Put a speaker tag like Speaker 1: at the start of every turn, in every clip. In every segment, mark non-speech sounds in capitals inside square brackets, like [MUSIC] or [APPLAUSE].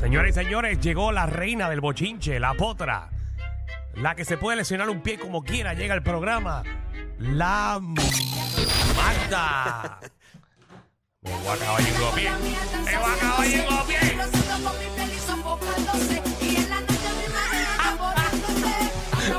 Speaker 1: Señores y señores, llegó la reina del bochinche, la potra. La que se puede lesionar un pie como quiera, llega al programa. La Magda. Me voy a acabar llegando bien. Me voy a acabar llegando bien. ¡Quiero potra!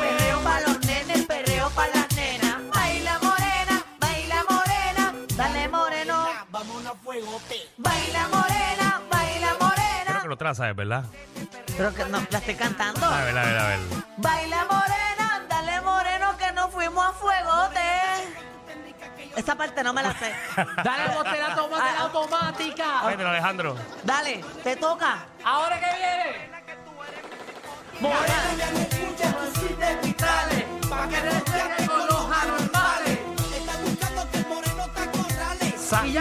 Speaker 2: Perreo pa' los nenes, perreo pa' las nenas. Baila morena, baila morena, dale moreno.
Speaker 3: Vámonos a fuegote.
Speaker 2: Baila morena, baila
Speaker 1: Creo
Speaker 2: morena.
Speaker 1: que lo otra la sabes, ¿verdad?
Speaker 2: Pero que no, la estoy cantando.
Speaker 1: A ver, a ver, a ver.
Speaker 2: Baila morena, dale moreno que nos fuimos a fuegote. Esa parte no me la sé. Ah,
Speaker 4: Dale, botella, tómate la automática.
Speaker 1: Cuéntelo, Alejandro.
Speaker 2: Dale, te toca.
Speaker 4: Ahora que viene.
Speaker 2: Morena.
Speaker 3: Estás buscando que el moreno te acorrales.
Speaker 1: Sa-
Speaker 3: sabes,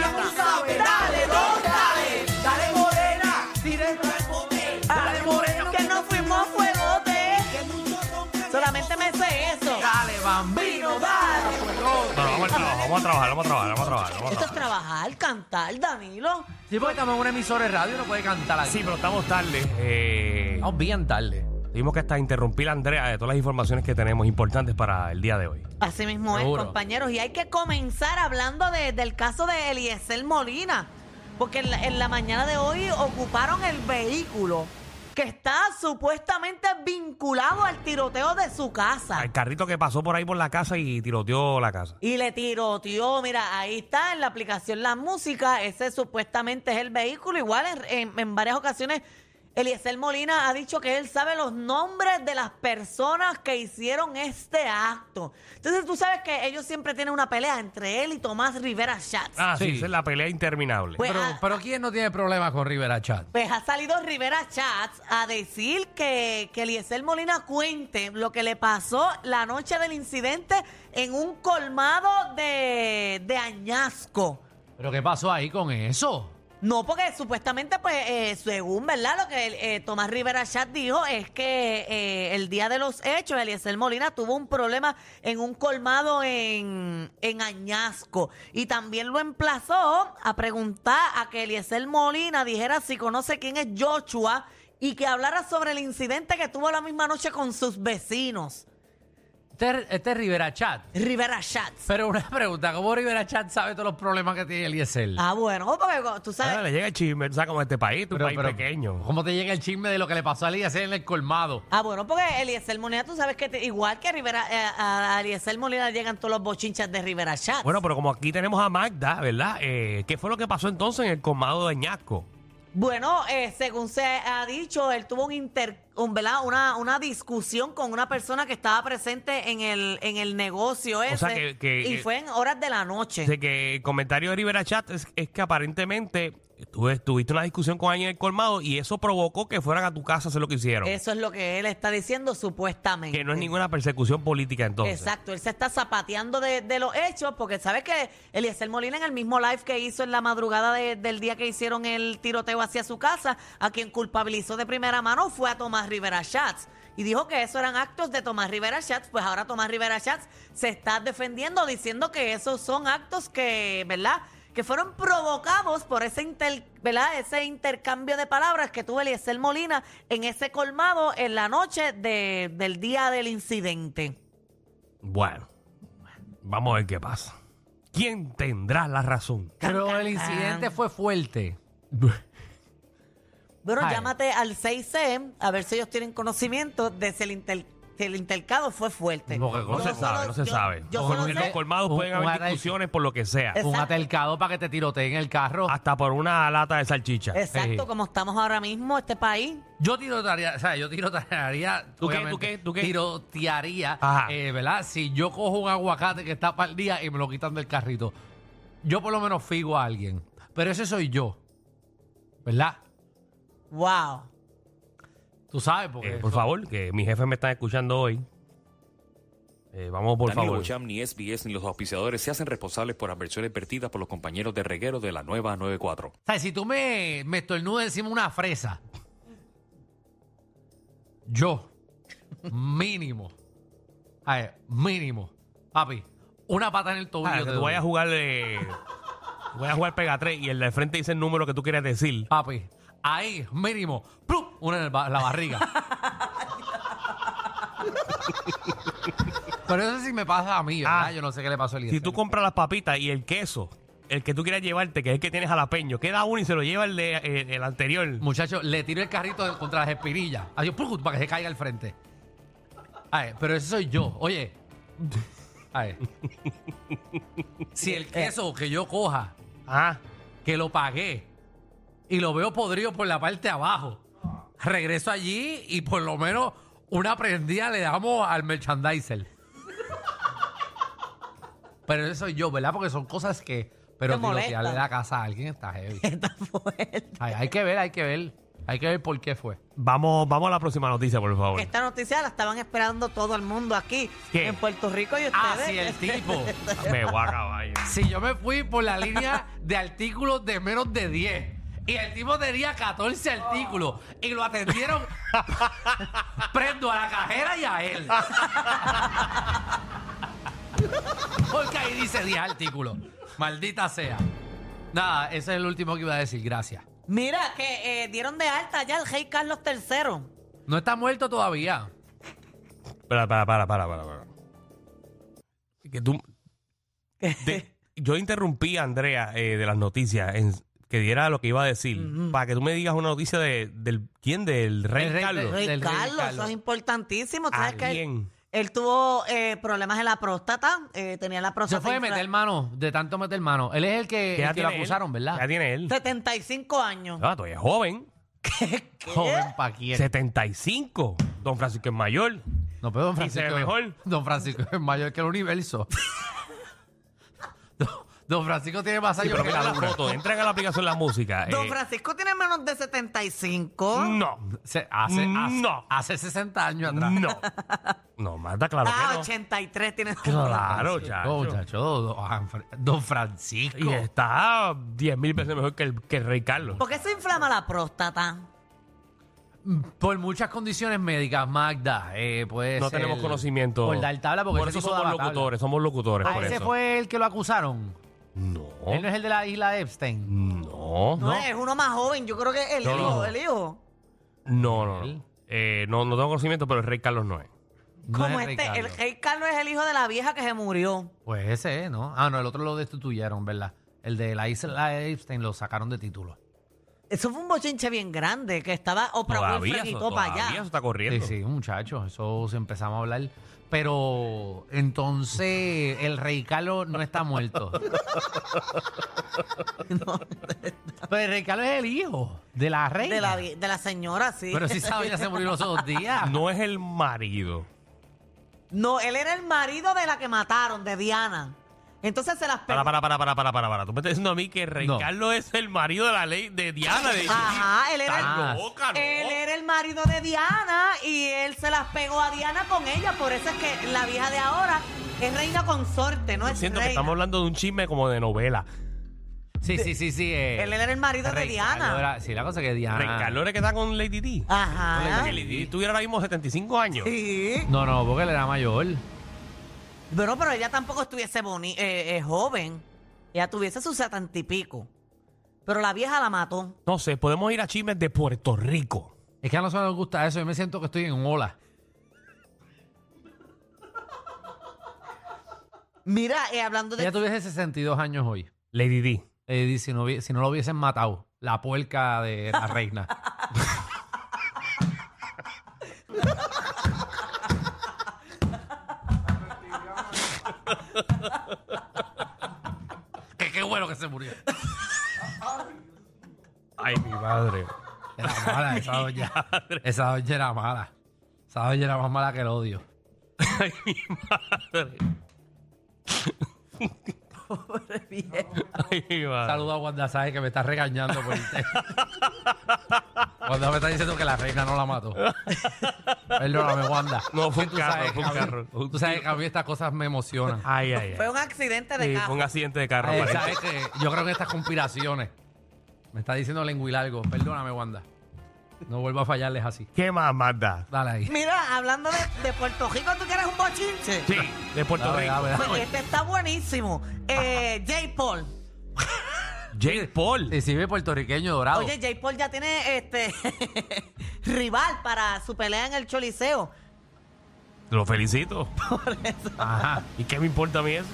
Speaker 3: dale, don, dale. Dale morena. Directo al bote.
Speaker 2: Dale moreno que nos fuimos a fuegote.
Speaker 3: Que mucho rompe.
Speaker 2: Solamente me sé eso.
Speaker 4: Dale, bambino, dale.
Speaker 1: No, vamos al trabajo, vamos a trabajar, vamos a trabajar, vamos a trabajar. Vamos a
Speaker 2: Esto es
Speaker 1: trabajar.
Speaker 2: trabajar, cantar, Danilo.
Speaker 4: Sí, porque estamos en una emisora de radio y no puede cantar aquí.
Speaker 1: Sí, pero estamos tarde. Eh,
Speaker 4: Vamos bien tarde.
Speaker 1: tuvimos que hasta interrumpir a Andrea de todas las informaciones que tenemos importantes para el día de hoy.
Speaker 2: Así mismo es,
Speaker 4: Seguro.
Speaker 2: compañeros. Y hay que comenzar hablando de- del caso de Eliezer Molina. Porque en la, en la mañana de hoy ocuparon el vehículo que está supuestamente vinculado al tiroteo de su casa.
Speaker 1: Al carrito que pasó por ahí por la casa y tiroteó la casa.
Speaker 2: Y le tiroteó, mira, ahí está en la aplicación La Música, ese supuestamente es el vehículo. Igual en, en- en varias ocasiones Eliezer Molina ha dicho que él sabe los nombres de las personas que hicieron este acto. Entonces tú sabes que ellos siempre tienen una pelea entre él y Tomás Rivera Schatz.
Speaker 1: Ah, sí,
Speaker 4: Sí.
Speaker 1: esa es la pelea interminable.
Speaker 2: Pues,
Speaker 4: Pero,
Speaker 2: ah,
Speaker 4: pero ¿quién no tiene problemas con Rivera Chat?
Speaker 2: Pues ha salido Rivera Chats a decir que, que Eliezer Molina cuente lo que le pasó la noche del incidente en un colmado de, de Añasco.
Speaker 4: ¿Pero qué pasó ahí con eso?
Speaker 2: No, porque supuestamente, pues, eh, según, ¿verdad? Lo que eh, Tomás Rivera Chat dijo es que eh, el día de los hechos, Eliezer Molina tuvo un problema en un colmado en, en Añasco. Y también lo emplazó a preguntar a que Eliezer Molina dijera si conoce quién es Joshua y que hablara sobre el incidente que tuvo la misma noche con sus vecinos.
Speaker 4: Este, este es Rivera Chat.
Speaker 2: Rivera Chats.
Speaker 4: Pero una pregunta, ¿cómo Rivera Chat sabe todos los problemas que tiene Eliezer?
Speaker 2: Ah, bueno, porque tú sabes.
Speaker 1: Ah, le llega el chisme, tú ¿sabes cómo es este país? Tu
Speaker 4: Pero-
Speaker 1: país
Speaker 4: pero,
Speaker 1: pequeño.
Speaker 4: ¿Cómo te llega el chisme de lo que le pasó a Eliezer en el colmado?
Speaker 2: Ah, bueno, porque Eliezer Molina, tú sabes que te- igual que a, Rivera, eh, a, a Eliezer Molina llegan todos los bochinchas de Rivera Chat. Bueno,
Speaker 1: Bueno, pues- pero como aquí tenemos a Magda, ¿verdad? Eh, ¿Qué fue lo que pasó entonces en el comado de Añasco?
Speaker 2: eh, según se ha dicho, él tuvo un inter, un, ¿verdad? Una, una discusión con una persona que estaba presente en el, en el negocio ese.
Speaker 1: sea, que- que-
Speaker 2: y
Speaker 1: que-
Speaker 2: fue en horas de la noche.
Speaker 1: Dice que el comentario de Rivera Chat es, es que aparentemente tú tuviste una discusión con alguien en el colmado y eso provocó que fueran a tu casa a hacer lo que hicieron.
Speaker 2: Eso es lo que él está diciendo supuestamente.
Speaker 1: Que no es ninguna persecución política entonces.
Speaker 2: Exacto, él se está zapateando de, de los hechos porque sabes que Eliezer Molina en el mismo live que hizo en la madrugada de- del día que hicieron el tiroteo hacia su casa, a quien culpabilizó de primera mano fue a Tomás Rivera Schatz. Y dijo que eso eran actos de Tomás Rivera Schatz, pues ahora Tomás Rivera Schatz se está defendiendo diciendo que esos son actos que, ¿verdad? Que fueron provocados por ese, inter- ¿verdad? ese intercambio de palabras que tuvo Eliezer Molina en ese colmado en la noche de- del día del incidente.
Speaker 1: Bueno, vamos a ver qué pasa. ¿Quién tendrá la
Speaker 4: [LAUGHS]
Speaker 1: razón?
Speaker 4: Pero el incidente fue fuerte.
Speaker 2: Bueno,
Speaker 4: Ay.
Speaker 2: llámate al 6C a ver si ellos tienen conocimiento de si el, inter- si el intercado fue fuerte.
Speaker 4: No, que
Speaker 1: No
Speaker 4: Yo
Speaker 1: se
Speaker 2: solo-
Speaker 1: sabe, no se
Speaker 2: yo-
Speaker 1: sabe.
Speaker 2: yo
Speaker 1: Porque
Speaker 2: solo
Speaker 1: en los
Speaker 2: sé-
Speaker 1: colmados
Speaker 4: Un-
Speaker 1: pueden
Speaker 4: un
Speaker 1: haber
Speaker 4: análisis.
Speaker 1: discusiones por lo que sea.
Speaker 2: Exacto.
Speaker 4: Un atercado para que te tiroteen el carro.
Speaker 1: Hasta por una lata de salchicha.
Speaker 2: Exacto,
Speaker 4: Sí.
Speaker 2: como estamos ahora mismo, este país.
Speaker 4: Yo tirotearía, o sea, yo tirotearía.
Speaker 1: ¿Tú qué,
Speaker 4: obviamente,
Speaker 1: tú qué, tú qué?
Speaker 4: Tirotearía,
Speaker 1: Ajá.
Speaker 4: eh, ¿verdad? Si yo cojo un aguacate que está para el día y me lo quitan del carrito, yo por lo menos figo a alguien. Pero ese soy yo, ¿verdad?
Speaker 2: Wow. [LAUGHS]
Speaker 4: Tú sabes, porque.
Speaker 1: Eh, por
Speaker 4: eso-
Speaker 1: favor, que mis jefes me están escuchando hoy. Eh, vamos, por
Speaker 5: Danilo
Speaker 1: favor.
Speaker 5: Bocham, ni SBS, ni los auspiciadores se hacen responsables por adversiones vertidas por los compañeros de reguero de la nueva 94.
Speaker 4: O sea, si tú me, me estornudas encima una fresa, yo, mínimo, a ver, mínimo, papi, una pata en el
Speaker 1: Ah,
Speaker 4: tobillo.
Speaker 1: que
Speaker 4: te
Speaker 1: tú
Speaker 4: doy.
Speaker 1: vayas a jugar eh, Voy a jugar pega 3 y el de frente dice el número que tú quieres decir.
Speaker 4: Papi, ahí, mínimo, ¡plum! una en el ba- la barriga. Pero eso sí me pasa a mí, ¿verdad?
Speaker 1: Ah.
Speaker 4: Yo no sé qué le pasó a Eliezer.
Speaker 1: Si tú compras las papitas y el queso, el que tú quieras llevarte, que es el que tienes jalapeño, queda uno y se lo lleva el, de, eh, el anterior.
Speaker 4: Muchacho, le tiro el carrito contra las espirillas. Adiós, ¡pum! para que se caiga al frente. Ay, pero ese soy yo. Oye. Ay. Si
Speaker 1: Eh,
Speaker 4: el queso que yo coja,
Speaker 1: Ah,
Speaker 4: que lo pagué, y lo veo podrido por la parte de abajo, regreso allí y por lo menos una prendida le damos al merchandiser. Pero eso soy yo, ¿verdad? Porque son cosas que... Pero
Speaker 2: Te molestan.
Speaker 4: tirotearle la casa a alguien está heavy.
Speaker 2: Está fuerte.
Speaker 4: Ay, hay que ver, hay que ver. Hay que ver por qué fue.
Speaker 1: vamos, vamos a la próxima noticia, por favor.
Speaker 2: Esta noticia la estaban esperando todo el mundo aquí
Speaker 1: ¿Qué?
Speaker 2: en Puerto Rico y ustedes.
Speaker 4: Ah, sí, el tipo.
Speaker 2: [LAUGHS]
Speaker 1: Me voy a caballo.
Speaker 4: Si yo me fui por
Speaker 1: [LAUGHS]
Speaker 4: la línea de artículos de menos de 10 y el tipo tenía 14 artículos y
Speaker 1: [LAUGHS]
Speaker 4: lo atendieron, prendo a la cajera y
Speaker 1: [LAUGHS]
Speaker 4: a él. Porque ahí dice 10 artículos. Maldita sea. Nada, ese es el último que iba a decir. Gracias.
Speaker 2: Mira, que eh, dieron de alta ya el rey Carlos III.
Speaker 4: No está muerto todavía.
Speaker 1: Para, para, para, para, para. para. Que tú- te- yo interrumpí a Andrea eh, de las noticias en- que diera lo que iba a decir para que tú me digas una noticia de, del quién del rey,
Speaker 4: El rey
Speaker 1: Carlos.
Speaker 4: del-
Speaker 2: Rey
Speaker 4: rey
Speaker 2: Carlos, eso
Speaker 4: Carlos.
Speaker 2: es importantísimo. ¿Tú ¿Sabes
Speaker 1: ¿A
Speaker 2: que él,
Speaker 1: quién?
Speaker 2: él tuvo eh, problemas en la próstata, eh, tenía la próstata.
Speaker 4: Se fue de
Speaker 2: infra-
Speaker 4: meter mano, de tanto meter mano. Él es el que, el que lo
Speaker 1: tiene él?
Speaker 4: acusaron,
Speaker 1: Ya
Speaker 4: ¿verdad?
Speaker 1: tiene él.
Speaker 2: 75 años.
Speaker 1: Ah, todavía es joven.
Speaker 4: Joven pa' quién.
Speaker 1: 75. Don Francisco es mayor.
Speaker 4: No, pero don
Speaker 1: Y se
Speaker 4: Francisco.
Speaker 1: ve mejor.
Speaker 4: Don Francisco es mayor que el universo. don, don Francisco tiene más
Speaker 1: Sí,
Speaker 4: años
Speaker 1: pero
Speaker 4: que
Speaker 1: mira
Speaker 4: la
Speaker 1: la
Speaker 4: luna.
Speaker 1: foto. Entra en la aplicación la música.
Speaker 2: [LAUGHS] Don
Speaker 1: eh, Mm,
Speaker 2: Francisco tiene menos de 75.
Speaker 1: no.
Speaker 4: Se- hace, hace-
Speaker 1: No.
Speaker 4: hace 60 años atrás.
Speaker 1: No. No, manda claro
Speaker 2: ah,
Speaker 1: que no.
Speaker 2: 83 tiene.
Speaker 1: Claro,
Speaker 4: No,
Speaker 1: chacho.
Speaker 4: muchacho, don, don Francisco.
Speaker 1: Y está 10 mil veces mejor que el, que el Rey Carlos.
Speaker 2: ¿Por qué se inflama la próstata?
Speaker 4: Por muchas condiciones médicas, Magda. eh, puede
Speaker 1: No
Speaker 4: ser-
Speaker 1: tenemos conocimiento.
Speaker 4: Por dar tabla, porque
Speaker 1: Por
Speaker 4: ese
Speaker 1: eso
Speaker 4: tipo
Speaker 1: somos
Speaker 4: daba tabla.
Speaker 1: locutores, somos locutores.
Speaker 4: Ah,
Speaker 1: por
Speaker 4: ese
Speaker 1: eso. ¿Oh?
Speaker 4: fue el que lo acusaron.
Speaker 1: No.
Speaker 4: Él no es el de la isla de Epstein.
Speaker 1: No.
Speaker 2: No, es uno más joven. Yo creo que es el
Speaker 1: No,
Speaker 2: hijo,
Speaker 1: no.
Speaker 2: el hijo.
Speaker 1: No, no, no. Eh, no, no tengo conocimiento, pero el Rey Carlos no es.
Speaker 4: No
Speaker 2: Como
Speaker 4: es
Speaker 2: este, el
Speaker 4: Ricardo.
Speaker 2: rey Carlos es el hijo de la vieja que se murió.
Speaker 4: Pues ese, es, ¿no? Ah, no, el otro lo destituyeron, ¿verdad? El de la isla de Epstein lo sacaron de título.
Speaker 2: Eso fue un bochinche bien grande que estaba Oprah
Speaker 1: Todavía
Speaker 2: Winfrey y
Speaker 1: eso,
Speaker 2: todo para
Speaker 1: todavía eso
Speaker 2: allá.
Speaker 1: está
Speaker 4: Sí,
Speaker 1: corriendo.
Speaker 4: sí, muchachos, eso sí empezamos a hablar. Pero entonces el rey Carlos no
Speaker 2: [LAUGHS]
Speaker 4: está muerto. Pero el rey Carlos es el hijo de la reina.
Speaker 2: De la, vie- de la señora, sí.
Speaker 4: Pero si esa doña se murió los otros días.
Speaker 1: No es el marido.
Speaker 2: No, él era el marido de la que mataron, de Diana. Entonces se las pegó.
Speaker 1: Para, para, para, para, para, para, para. Tú me estás diciendo a mí que el Rey
Speaker 4: No.
Speaker 1: Carlos es el marido de la ley de Diana. De...
Speaker 2: Ajá, él era el-
Speaker 1: Está loca, ¿no?
Speaker 2: Él era el marido de Diana y él se las pegó a Diana con ella. Por eso es que la vieja de ahora es reina consorte, no es
Speaker 1: Siento que
Speaker 2: reina.
Speaker 1: estamos hablando de un chisme como de novela.
Speaker 4: Sí, sí, sí, sí. eh,
Speaker 2: Él era el marido de
Speaker 4: rey
Speaker 2: Diana.
Speaker 4: Carlos era- sí, la cosa que Diana.
Speaker 1: Rey Carlos era que está con Lady D.
Speaker 2: Ajá.
Speaker 1: Que Lady D tuviera ahora mismo 75 años.
Speaker 2: Sí.
Speaker 4: No, no, porque él era mayor.
Speaker 2: Bueno, pero ella tampoco estuviese boni eh, eh, joven. Ella tuviese sus setenta y pico. Pero la vieja la mató.
Speaker 1: No sé, podemos ir a chismes de Puerto Rico.
Speaker 4: Es que a nosotros nos gusta eso. Yo me siento que estoy en ola.
Speaker 2: Mira, eh, hablando de...
Speaker 4: Ella tuviese 62 años hoy.
Speaker 1: Lady D.
Speaker 4: Eh, di- si, no, hubie- si no lo hubiesen matado, la puerca de la reina. [LAUGHS] que qué bueno que se murió.
Speaker 1: Ay, mi madre.
Speaker 4: Era mala esa [LAUGHS] doña. Esa doña era mala. Esa doña era más mala que el odio.
Speaker 1: Ay, mi madre.
Speaker 2: Pobre vieja.
Speaker 1: Ay, mi madre.
Speaker 4: Saludo a Wanda Sáenz que me está regañando por el
Speaker 1: [LAUGHS]
Speaker 4: tema. Wanda me está diciendo que la reina no
Speaker 1: [LAUGHS]
Speaker 4: la mató. Perdóname, Wanda.
Speaker 1: No, fue un
Speaker 4: Tú
Speaker 1: carro,
Speaker 4: sabes
Speaker 1: fue un
Speaker 4: que a mí-
Speaker 1: carro. Ah,
Speaker 4: Tú sabes que a mí estas cosas me emocionan.
Speaker 1: Ay, ay,
Speaker 2: Fue
Speaker 1: ay.
Speaker 2: un accidente de
Speaker 1: Sí,
Speaker 2: carro.
Speaker 1: fue un accidente de carro.
Speaker 4: Eh,
Speaker 1: parece.
Speaker 4: ¿sabes qué? Yo creo que estas conspiraciones. Me está diciendo Lenguilargo. Perdóname, Wanda. No vuelvo a fallarles así.
Speaker 1: ¿Qué más, Magda?
Speaker 4: Dale ahí.
Speaker 2: Mira, hablando de, de Puerto Rico, ¿tú quieres un bochinche?
Speaker 1: Sí, de Puerto
Speaker 4: Dame,
Speaker 1: Rico.
Speaker 4: dame, dame.
Speaker 2: Pues este está buenísimo. Eh, J. Paul.
Speaker 1: Jake Paul.
Speaker 4: Y si ve puertorriqueño
Speaker 1: Ah,
Speaker 4: dorado.
Speaker 2: Oye,
Speaker 1: oh.
Speaker 2: Jay Paul ya tiene este [LAUGHS] rival para su pelea en el Choliseo.
Speaker 1: Lo felicito.
Speaker 4: Ajá.
Speaker 1: ¿Y qué me importa a mí eso?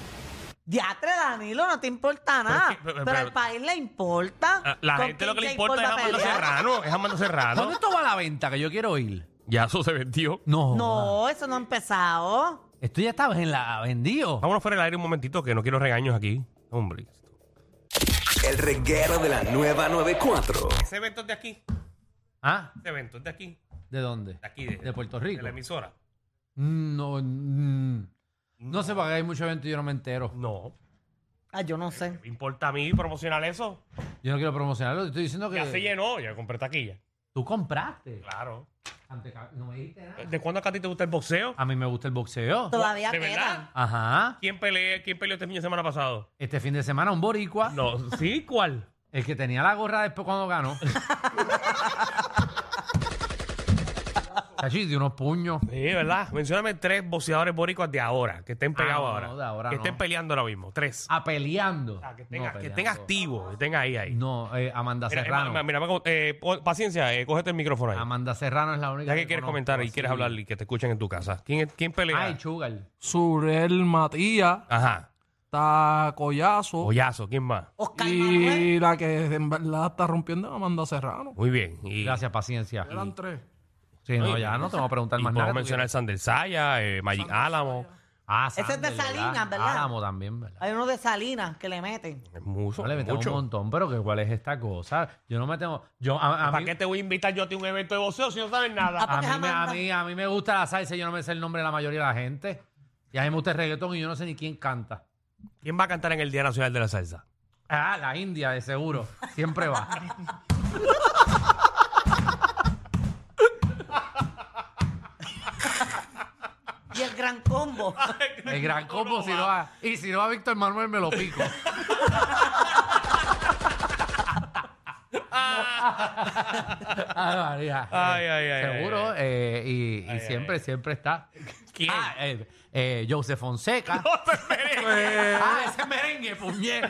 Speaker 2: Diatre, Danilo, no te importa nada.
Speaker 1: que-
Speaker 2: Pero,
Speaker 1: pero-
Speaker 2: al
Speaker 1: pero-
Speaker 2: país le importa.
Speaker 1: Ah, La
Speaker 2: con
Speaker 1: gente lo que
Speaker 2: quién
Speaker 1: le
Speaker 2: Jake Paul
Speaker 1: importa es
Speaker 2: va a
Speaker 1: Amando
Speaker 2: pelear.
Speaker 1: Serrano. Es Amando Serrano.
Speaker 4: ¿Dónde esto va a la venta que yo quiero ir?
Speaker 1: Ya eso se vendió.
Speaker 4: No. joda.
Speaker 2: No, eso no ha empezado.
Speaker 4: Esto ya estaba en la vendido.
Speaker 1: Vámonos fuera del aire un momentito que no quiero regaños aquí. Hombre.
Speaker 6: El reguero de la nueva 94.
Speaker 1: Ese evento es de aquí.
Speaker 4: ¿Ah?
Speaker 1: Ese evento es de aquí.
Speaker 4: ¿De dónde?
Speaker 1: De aquí. De,
Speaker 4: ¿De Puerto Rico?
Speaker 1: De la emisora.
Speaker 4: No, mm, no sé para qué hay mucho evento y yo no me entero.
Speaker 1: No.
Speaker 2: Ah, yo no sé.
Speaker 1: ¿Me importa a mí promocionar eso?
Speaker 4: Yo no quiero promocionarlo. Te estoy diciendo
Speaker 1: Ya se
Speaker 4: que
Speaker 1: llenó. Ya compré taquilla.
Speaker 4: tú compraste.
Speaker 1: Claro.
Speaker 4: Anteca- No me dijiste nada.
Speaker 1: ¿De cuándo acá a ti te gusta el boxeo?
Speaker 4: A mí me gusta el boxeo.
Speaker 2: Todavía
Speaker 1: Oh, ¿De
Speaker 2: queda.
Speaker 1: verdad?
Speaker 4: Ajá.
Speaker 1: ¿Quién, pelea, ¿Quién peleó este fin de semana pasado?
Speaker 4: Este fin de semana un boricua.
Speaker 1: No, ¿sí? ¿Cuál?
Speaker 4: El que tenía la gorra después
Speaker 1: [LAUGHS]
Speaker 4: cuando ganó. Chachi, de unos puños.
Speaker 1: Sí, ¿verdad? Mencióname tres boxeadores boricuas de ahora, que estén pegados
Speaker 4: no,
Speaker 1: Ah, ahora.
Speaker 4: de ahora
Speaker 1: Que
Speaker 4: no.
Speaker 1: estén peleando ahora mismo. Tres.
Speaker 4: A Ah, peleando.
Speaker 1: O sea, que estén, que estén
Speaker 4: peleando.
Speaker 1: activos, que estén ahí, ahí.
Speaker 4: No, eh, Amanda
Speaker 1: Mira,
Speaker 4: Serrano.
Speaker 1: eh, ma- mira, ma- eh, po- paciencia, eh, cógete el micrófono ahí.
Speaker 4: Amanda Serrano es la única.
Speaker 1: Ya que quieres
Speaker 4: conozco,
Speaker 1: comentar y
Speaker 4: así.
Speaker 1: quieres hablar y que te escuchen en tu casa. ¿Quién, quién pelea?
Speaker 4: Ay, Sugar.
Speaker 7: Surel Matías,
Speaker 1: Ajá.
Speaker 7: Tacollazo
Speaker 1: Ollazo, ¿quién más?
Speaker 2: Oscar Manuel.
Speaker 7: y la que en verdad está rompiendo es Amanda Serrano.
Speaker 1: Muy bien. Y,
Speaker 4: Gracias, paciencia.
Speaker 7: Eran tres.
Speaker 4: Sí, no, ya no te vamos a preguntar
Speaker 1: y
Speaker 4: más nada.
Speaker 1: podemos mencionar Sander Saya, eh, Magic Álamo,
Speaker 4: Ah,
Speaker 2: Ese es de
Speaker 4: Sanders,
Speaker 2: Salinas, ¿verdad?
Speaker 4: Álamo también, ¿verdad?
Speaker 2: Hay uno de Salinas que le meten.
Speaker 1: Muso,
Speaker 4: No, le metemos un
Speaker 1: mucho.
Speaker 4: montón, pero que cuál es esta cosa. Yo no me tengo. Yo, a, a
Speaker 1: ¿Para
Speaker 4: mí,
Speaker 1: qué te voy a invitar yo a ti a un evento de boxeo si no sabes nada?
Speaker 2: Ah,
Speaker 4: a,
Speaker 2: porque es
Speaker 4: mí me, a,
Speaker 2: Amanda.
Speaker 4: mí, a mí me gusta la salsa y yo no me sé el nombre de la mayoría de la gente. Y a mí me gusta el reggaetón y yo no sé ni quién canta.
Speaker 1: ¿Quién va a cantar en el Día Nacional de la Salsa?
Speaker 4: Ah, la India, de seguro. Siempre va.
Speaker 2: [LAUGHS] Y el gran combo.
Speaker 4: El gran combo, si no va. Y si no va Víctor Manuel, me
Speaker 1: [LAUGHS]
Speaker 4: lo pico. Ay, Ah, María.
Speaker 1: Ay, ay, ay,
Speaker 4: Seguro,
Speaker 1: ay,
Speaker 4: eh, y, y siempre, siempre está.
Speaker 1: ¿Quién?
Speaker 4: Ah,
Speaker 1: [LAUGHS]
Speaker 4: eh, eh, Joseph Fonseca.
Speaker 1: pues,
Speaker 4: ah, ese es merengue, puñet.